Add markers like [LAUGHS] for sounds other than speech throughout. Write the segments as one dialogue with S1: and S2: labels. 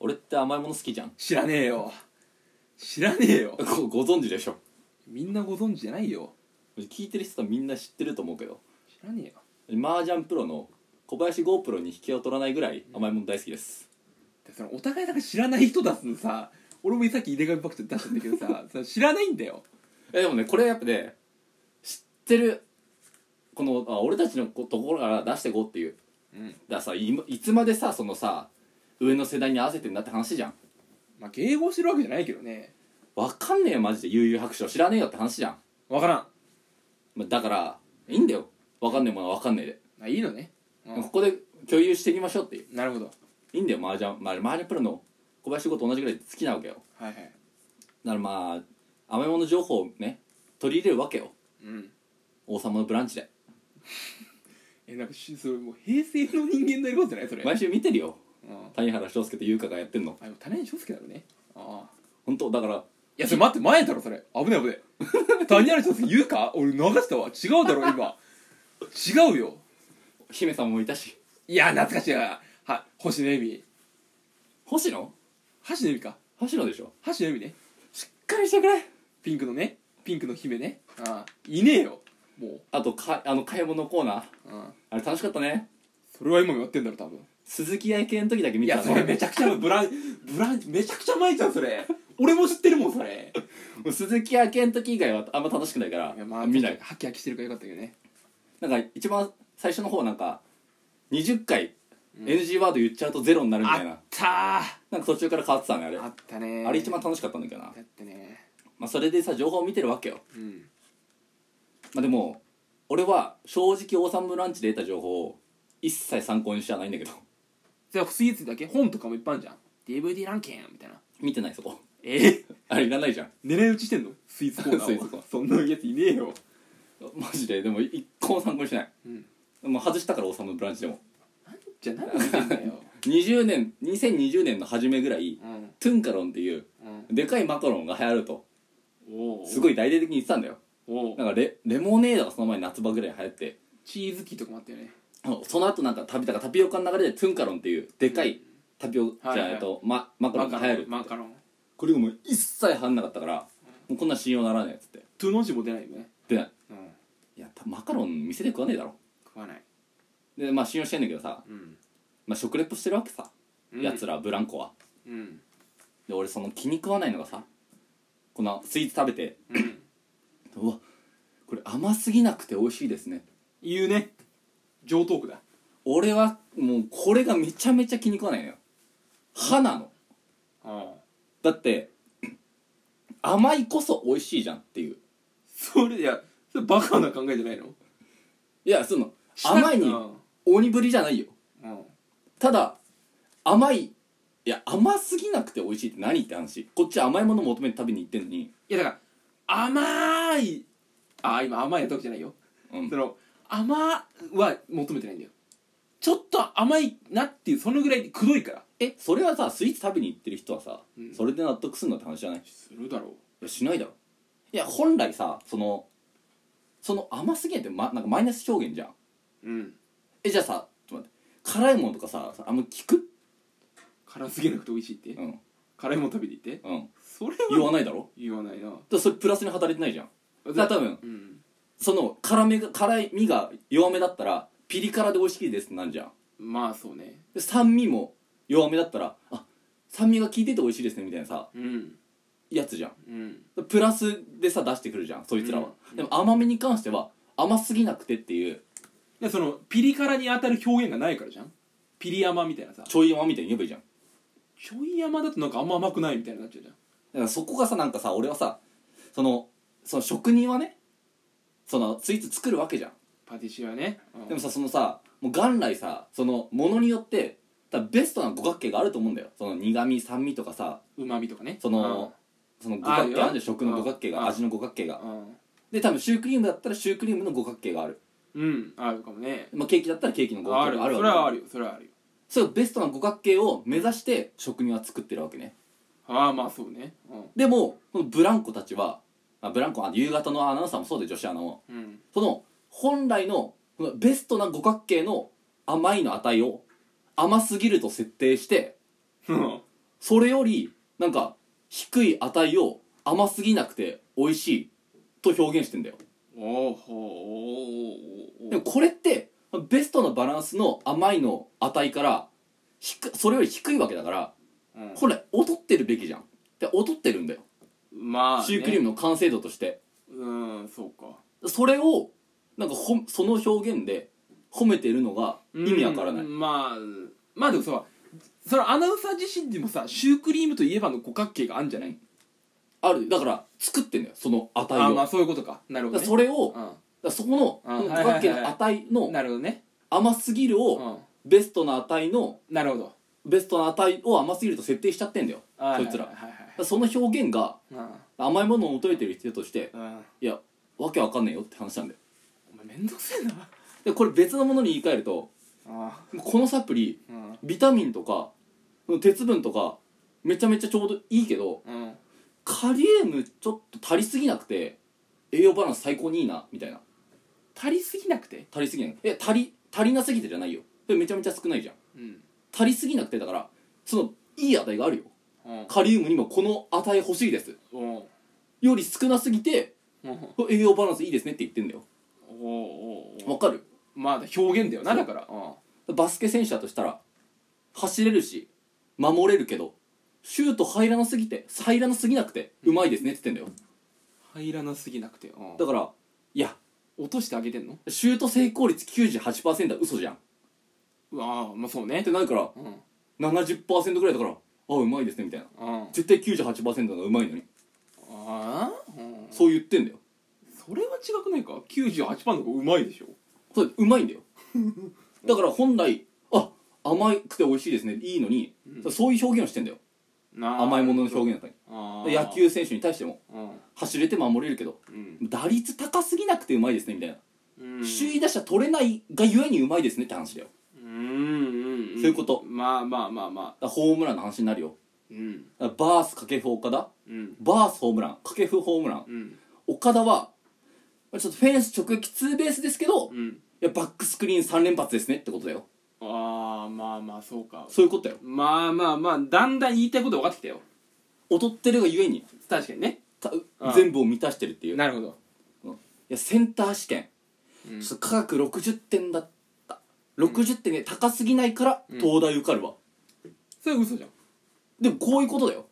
S1: 俺って甘いもの好きじゃん [LAUGHS]
S2: 知らねえよ知らねえよ
S1: ごご存知でしょ
S2: みんなご存知じゃないよ
S1: 聞いてる人はみんな知ってると思うけど
S2: 知らねえよ
S1: 麻雀プロの小林剛プロに引けを取らないぐらい甘いもの大好きです、
S2: でそのお互いなんか知らない人出すのさ俺もさっき井手上パクチー出したんだけどさ [LAUGHS] その知らないんだよ
S1: えでもねこれやっぱね知ってるこのあ俺たちのこところから出していこうっていう
S2: うん
S1: だからさいいつまでさそのさ上の世代に合わせてんだって話じゃん
S2: まあ迎合してるわけじゃないけどね
S1: わかんねえよマジで悠々白書知らねえよって話じゃん
S2: わからん
S1: まだからいいんだよわかんねえものはわかんねえで、
S2: あいいのね、う
S1: ここで共有していきましょうっていう
S2: なるほど
S1: いいんだよ麻雀まあ麻雀プロの小林君と同じぐらい好きなわけよ
S2: はいはい
S1: だからまあ甘いもの情報をね取り入れるわけよ
S2: うん
S1: 王様のブランチで
S2: えなんかしそれもう平成の人間のやることじゃないそれ、
S1: 毎週見てるよ
S2: うん
S1: 谷原章介と優香がやってんの
S2: あでも種に翔介だろうねああ
S1: 本当だから
S2: いやそれ待って前だろそれ危ない危ない [LAUGHS] 谷原翔介言うか俺流したわ違うだろ今違うよ
S1: 姫様もいたし
S2: いや懐かしいなは星野恵美
S1: 星野
S2: 星野恵美か
S1: 星野でしょ
S2: 星野恵美ね
S1: しっかりしてくれ
S2: ピンクのねピンクの姫ねああいねえよも
S1: あとかあの買い物コーナー
S2: う、うん、
S1: あれ楽しかったね
S2: それは今もやってんだろ多分
S1: 鈴木愛系の時だけ見
S2: い
S1: てた
S2: や
S1: ね
S2: それめちゃくちゃブランブランめちゃくちゃ前じゃんそれ俺も知ってるもんそれ
S1: [LAUGHS] もう鈴木明の時以外はあんま楽しくないから
S2: いやまあ
S1: 見ない
S2: ハキハキしてるからよかったけどね
S1: なんか一番最初の方なんか20回
S2: ん
S1: NG ワード言っちゃうとゼロになるみ
S2: あ
S1: たい
S2: っ
S1: な、
S2: たー
S1: なんか途中から変わってたねあれ
S2: あ
S1: あ
S2: ったね
S1: れ一番楽しかったんだけどな、
S2: だってね
S1: まあ、それでさ情報を見てるわけよ、
S2: うん
S1: まあ、でも俺は正直王さんブランチで得た情報を一切参考にしてはないんだけど [LAUGHS]
S2: じゃあスイーツだけ本とかもいっぱいあるじゃん DVD ランキングみたいな
S1: 見てないそこ [LAUGHS]
S2: ええ
S1: あれいらないじゃん
S2: 狙い撃ちしてんのスイーツコーナ
S1: [LAUGHS]
S2: ー
S1: スイーツコーナ
S2: はそんなやついねえよ
S1: マジででも一個も参考にしない
S2: うん
S1: もう外したから王さんのブランチでも
S2: じゃあ何してんだ
S1: [LAUGHS]
S2: よ
S1: 20年2020年の初めぐらい
S2: うん
S1: トゥンカロンっていうでかいマカロンが流行ると
S2: うん
S1: すごい大々的に言ってたんだよ
S2: お
S1: なんかレレモネードがその前に夏場ぐらいに流行って
S2: チーズキーとかもあったよね
S1: あのその後なんかタピだからタピオカの流れでトゥンカロンっていうでかいタピオカ、
S2: はいはい
S1: じゃあ、えっとママカロンが流行る
S2: マカロン
S1: これがもう一切入んなかったからもうこんなん信用ならねえっつって
S2: トゥの字も出ないよね
S1: でない
S2: うん
S1: いやたマカロン店で食わねえだろ
S2: 食わない
S1: でまあ信用してんだけどさ、
S2: うん
S1: まあ、食レポしてるわけさ、
S2: うん
S1: やつらブランコは
S2: うん
S1: で俺その気に食わないのがさこのスイーツ食べて
S2: うん
S1: うわこれ甘すぎなくて美味しいですね
S2: 言うね上等句だ
S1: 俺はもうこれがめちゃめちゃ気に食わないのよ歯なの
S2: うん
S1: だって甘いこそ美味しいじゃんっていう
S2: それいやそれバカな考えじゃないの
S1: いやその甘いに鬼ぶりじゃないよ
S2: うん
S1: ただ甘いいや甘すぎなくて美味しいって何って話こっちは甘いもの求めて食べに行ってんのに
S2: いやだから甘いあー今甘いやったわけじゃないよ、
S1: うん
S2: その甘は求めてないんだよちょっと甘いなっていうそのぐらいでくどいから
S1: えそれはさスイーツ食べに行ってる人はさ、
S2: うん
S1: それで納得するのって話じゃないい
S2: するだろ
S1: やしないだろいや本来さそのその甘すぎないって、ま、なんかマイナス表現じゃん
S2: ううん
S1: えじゃあさちょっと待って辛いものとかさあんま聞く
S2: 辛すぎなくて美味しいって、
S1: うん
S2: 辛いもん食べていって
S1: うん
S2: それ
S1: 言
S2: は
S1: わないだろ
S2: 言わない
S1: だ
S2: な
S1: からそれプラスに働いてないじゃんだから多分
S2: うん
S1: その辛めが辛い味が弱めだったらピリ辛で美味しいですってなんじゃん
S2: まあそうね
S1: で酸味も弱めだったらあ酸味が効いてて美味しいですねみたいなさ
S2: うん
S1: やつじゃん
S2: うん
S1: プラスでさ出してくるじゃんそいつらは、
S2: うん
S1: でも甘めに関しては甘すぎなくてっていう
S2: でそのピリ辛に当たる表現がないからじゃんピリ甘みたいなさ
S1: ちょい甘みたいに言えばいいじゃん
S2: ちょい甘だとなんかあんま甘くないみたいになっちゃうじゃん
S1: だからそこがさなんかさ俺はさそのその職人はねそのスイーツ作るわけじゃん
S2: パティシエはね、うん
S1: でもさそのさもう元来さそのものによって多分ベストな五角形があると思うんだよその苦味酸味とかさ
S2: うまみとかね
S1: その、その五角
S2: ある
S1: 形
S2: よ
S1: あるじゃん食の五角形
S2: う
S1: が
S2: ん
S1: 味の五角形が
S2: うんうん
S1: で多分シュークリームだったらシュークリームの五角形がある、
S2: うんあるかもね
S1: まあ、ケーキだったらケーキの五
S2: あ
S1: 角
S2: る
S1: 形がある
S2: それはあ
S1: る
S2: るよそれはあるよ
S1: そうベストな五角形を目指して職人は作ってるわけね
S2: ああまあそうねう
S1: でもこのブランコたちは、まあ、ブランコあ夕方のアナウンサーもそうで女子アナも
S2: んうん
S1: その本来のこのベストな五角形の甘いの値を甘すぎると設定してそれよりなんか低い値を甘すぎなくて美味しいと表現してんだよ
S2: [LAUGHS] おーほーおーおーおー
S1: でもこれってベストのバランスの甘いの値からひくそれより低いわけだから
S2: うん
S1: これ劣ってるべきじゃんで劣ってるんだよ
S2: まあ、ね、
S1: シュークリームの完成度として
S2: うんそうか
S1: それをなんかほんその表現で褒めてるのが意味わからない、
S2: うんまあまあでもさそのアナウンサー自身でもさシュークリームといえばの五角形があるんじゃない
S1: あるだから作ってんだよその値を
S2: あまあそういうことかなるほ
S1: だ
S2: ど、
S1: から
S2: ね、
S1: それをだか
S2: うん
S1: らそこ
S2: うん
S1: の五
S2: はいはいは
S1: 角
S2: い
S1: 形の値の
S2: なるほどね
S1: 甘すぎる
S2: う
S1: を
S2: ん
S1: ベストな値の
S2: なるほど
S1: ベストな値を甘すぎると設定しちゃってんだよ
S2: あ
S1: そいつら
S2: は
S1: だ
S2: い
S1: か
S2: はいはいはい
S1: らその表現が甘いものを求めてる人として
S2: うんうん
S1: いやわけわかんないよって話なんだよ
S2: お前めんどくせえな
S1: でこれ別のものに言い換えると
S2: あ
S1: このサプリ
S2: あうん
S1: ビタミンとか鉄分とかめちゃめちゃちょうどいいけど
S2: うん
S1: カリウムちょっと足りすぎなくて栄養バランス最高にいいなみたいな
S2: 足りすぎなくて
S1: 足りすぎないえ足り足りなすぎてじゃないよそれめちゃめちゃ少ないじゃん
S2: うん
S1: 足りすぎなくてだからそのいい値があるよ
S2: うん
S1: カリウムにもこの値欲しいです
S2: おう
S1: より少なすぎて
S2: おう
S1: 栄養バランスいいですねって言ってんだよ
S2: おうおう
S1: わかる
S2: まあ表現だよな
S1: そう
S2: だからうん
S1: バスケ選手だとしたら走れるし守れるけどシュート入らなすぎて入らなすぎなくてうまいですねって言ってんだよ
S2: 入らなすぎなくてうん
S1: だからいや
S2: 落としてあげてんの
S1: シュート成功率98%は嘘じゃんっ
S2: うわあまあそうね
S1: てなるから
S2: うん
S1: 70%ぐらいだからあうまいですねみたいな
S2: うん
S1: 絶対98%のがうまいのに
S2: ああ、うん、
S1: そう言ってんだよ
S2: それは違くないか98パーの子うまいでしょ
S1: それうまいん
S2: [LAUGHS]
S1: だよだから本来あ甘くて美味しいですねいいのに、
S2: うん
S1: そういう表現をしてんだよ甘いものの表現だった
S2: あ
S1: り
S2: ー
S1: 野球選手に対しても
S2: うん
S1: 走れて守れるけど
S2: うん
S1: 打率高すぎなくてうまいですねみたいな、
S2: うん
S1: 首位打者取れないがゆえにうまいですねって話だよ
S2: うんうんん
S1: そういうこと
S2: まあまあまあまあ
S1: だからホームランの話になるよ
S2: うん
S1: だからバース掛布岡田
S2: うん
S1: バースホームラン掛布ホームラン
S2: うん
S1: 岡田はちょっとフェンス直撃ツーベースですけど、い
S2: うん
S1: やバックスクリーン3連発ですねってことだよ
S2: ああまあまあそうか
S1: そういうことだよ
S2: まあまあまあだんだん言いたいこと分かってきたよ
S1: 劣ってるがゆえに
S2: 確かにね
S1: た
S2: あ
S1: 全部を満たしてるっていう
S2: なるほど
S1: うんいやセンター試験、
S2: うん
S1: ちょっと科学60点だった60点で高すぎないから
S2: うん
S1: 東大受かるわ、
S2: それ嘘じゃん
S1: でもこういうことだよ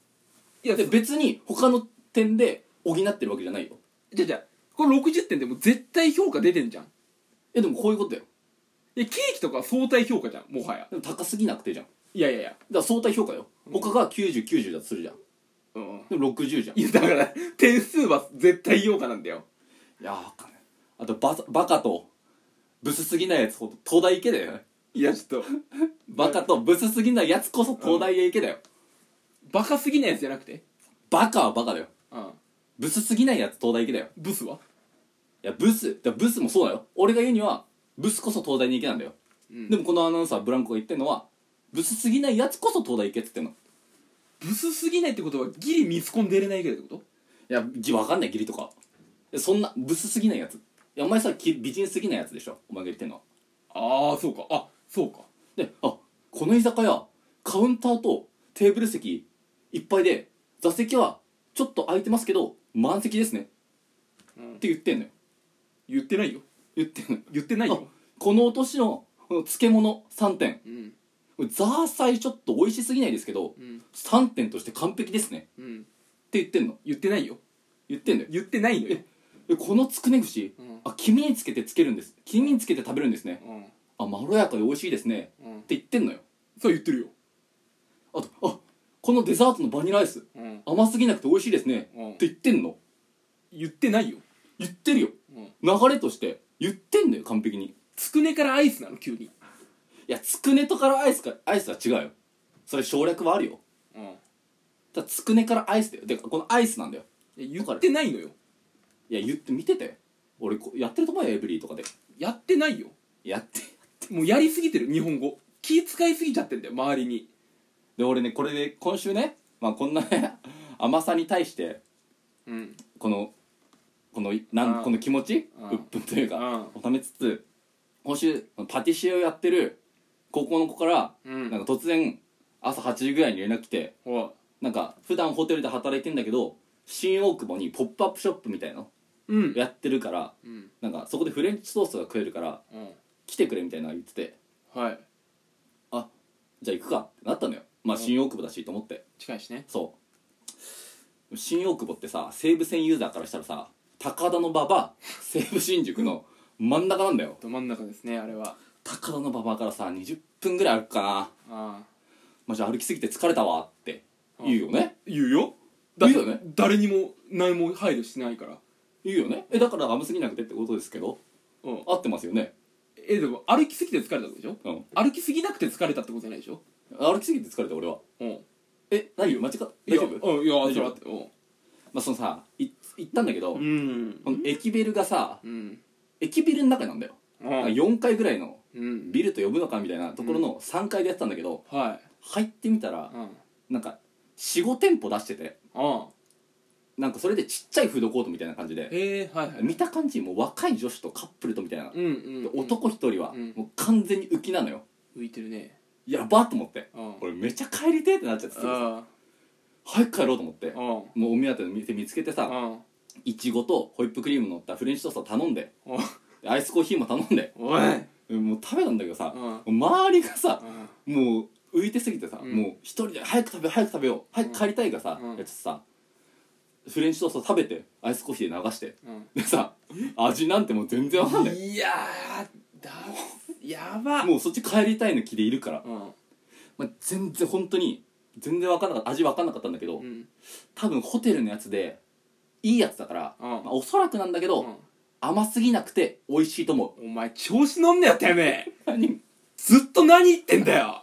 S2: いや
S1: で別に他の点で補ってるわけじゃないよ
S2: じゃあじゃあこれ60点でもう絶対評価出てんじゃん
S1: えでもこういうことだよ
S2: いやケーキとかは相対評価じゃんもはや
S1: でも高すぎなくてじゃんだか
S2: いやいやいや
S1: ら相対評価よ他が9090だとするじゃん
S2: うん
S1: でも60じゃんい
S2: いやだから点数は絶対評価なんだよ
S1: やーわかんないあとバサバカとブスすぎないやつほど東大行けだよね
S2: いやちょっと
S1: バカとブスすぎないやつこそ東大へ行けだよ、
S2: バカすぎないやつじゃなくて
S1: バカはバカだよ
S2: うん
S1: ブスすぎないやつ東大行けだよ
S2: ブスはい
S1: やブスだからブスもそうだよ俺が言うにはブスこそ東大に行けなんだよ、
S2: うん
S1: でもこのアナウンサーブランコが言ってんのはブスすぎないやつこそ東大行けっつってんの
S2: ブスすぎないってことはギリミスコン出れないぐらいってこ
S1: いやじわかんない義理とかいやそんなブスすぎないやついやお前さき美人すぎないやつでしょお前が言ってんのは
S2: とああそうかあそうか
S1: であこの居酒屋カウンターとテーブル席いっぱいで座席はちょっと空いてますけど満席ですね、
S2: うん
S1: って言ってんのよ
S2: 言ってないよ
S1: 言ってんのよ
S2: 言ってないよ
S1: このお年のこの漬物3点
S2: うん
S1: ザーサイちょっと美味しすぎないですけど
S2: うん
S1: 3点として完璧ですね
S2: うん
S1: って言ってんの
S2: 言ってないよ
S1: 言ってんだよ
S2: 言ってないのよ
S1: えこのつくね串、
S2: うん
S1: あ黄身につけてつけるんです黄身につけて食べるんですね
S2: うん
S1: あまろやかで美味しいですね
S2: うん
S1: って言ってんのよ
S2: そう言ってるよ
S1: あとあこのデザートのバニラアイス
S2: うん
S1: 甘すぎなくて美味しいですね、
S2: うん
S1: って言ってんの
S2: 言ってないよ
S1: 言ってるよ
S2: うん
S1: 流れとして言ってんだよ完璧にい
S2: つくねからアイスなの急に
S1: やつくねとからアイスかアイスは違うよそれ省略はあるよ
S2: うん
S1: ただつくねからアイスだよでこのアイスなんだよ
S2: 言ってないのよ
S1: いや言って見てたよ俺こやってると思うよエブリィとかで
S2: やってないよ
S1: やって
S2: もうやりすぎてる日本語気使いすぎちゃってんだよ周りに
S1: で俺ねこれで今週ねまあこんなね甘さに対して
S2: うん
S1: このこのな
S2: うん
S1: んこの気持ち
S2: うん
S1: うっぷんというか
S2: う
S1: をためつつ今週パティシエをやってる高校の子から
S2: うん
S1: なんか突然朝8時ぐらいに連絡来て
S2: は
S1: なんか普段ホテルで働いてんだけど新大久保にポップアップショップみたいなの
S2: いうん
S1: やってるから
S2: うん
S1: なんかそこでフレンチトーストが食えるから
S2: うん
S1: 来てくれみたいなの言ってて
S2: はい
S1: あじゃあ行くかってなったのよまあ
S2: うん
S1: 新大久保だしと思って
S2: 近いしね
S1: そう新大久保ってさ西武線ユーザーからしたらさ高田の馬場西武新宿の真ん中なんだよ
S2: ど真ん中ですねあれは
S1: 高田の馬場からさ20分ぐらい歩くかな
S2: ああ
S1: マジ歩きすぎて疲れたわって言うよね
S2: 言うよ
S1: 言うよね
S2: 誰にも何も配慮してないから
S1: 言うよねえだから甘すぎなくてってことですけど
S2: うん
S1: 合ってますよね
S2: えでも歩きすぎて疲れたわけでしょ
S1: うん
S2: 歩きすぎなくて疲れたってことじゃないでしょ
S1: 歩きすぎて疲れた俺は
S2: うん
S1: え何間違った
S2: いや
S1: 大丈夫
S2: うんいや
S1: 大
S2: そ
S1: 丈夫
S2: れはうん
S1: まあそのさい行ったんだけど、
S2: うん
S1: この駅ビルがさ
S2: うん
S1: 駅ビルの中なんだよ、
S2: うん
S1: なんか4階ぐらいの
S2: うん
S1: ビルと呼ぶのかみたいなところの3階でやってたんだけど、
S2: はい
S1: 入ってみたら
S2: うんうん
S1: なんか45店舗出しててなんかそれでちっちゃいフードコートみたいな感じで
S2: へえはいはい
S1: 見た感じもう若い女子とカップルとみたいな、
S2: うんうん
S1: で
S2: うん
S1: 男一人は
S2: うん
S1: もう完全に浮きなのよ
S2: 浮いてるね
S1: やばっと思って
S2: うん
S1: 俺めちゃ帰りてえってなっちゃってすぐさ
S2: あ
S1: 早く帰ろうと思って
S2: あうん
S1: もうお目当ての店見つけて
S2: う
S1: さ
S2: ん
S1: いちごとホイップクリーム乗ったフレンチトースト頼んで
S2: お
S1: でアイスコーヒーも頼んで
S2: おい
S1: もう食べたんだけどさ
S2: うん
S1: もう周りがさ
S2: うん
S1: もう浮いてすぎてさ、
S2: うん
S1: もう一人で早く食べよう早く食べよう早く帰りたいがさ、
S2: うん
S1: やっちゃってさフレンチトースト食べてアイスコーヒーで流して
S2: うん
S1: でさ味なんてもう全然わかんない
S2: いやーだやば
S1: もうそっち帰りたいの気でいるから、
S2: うん
S1: まあ、全然本当に全然わかんなかった味わかんなかったんだけど、
S2: うん
S1: 多分ホテルのやつでいいやつだから、
S2: うん
S1: まあ、おそらくなんだけど、
S2: うん
S1: 甘すぎなくて美味しいと思う
S2: お前調子乗んなよてめえ
S1: 何
S2: ずっと何言ってんだよ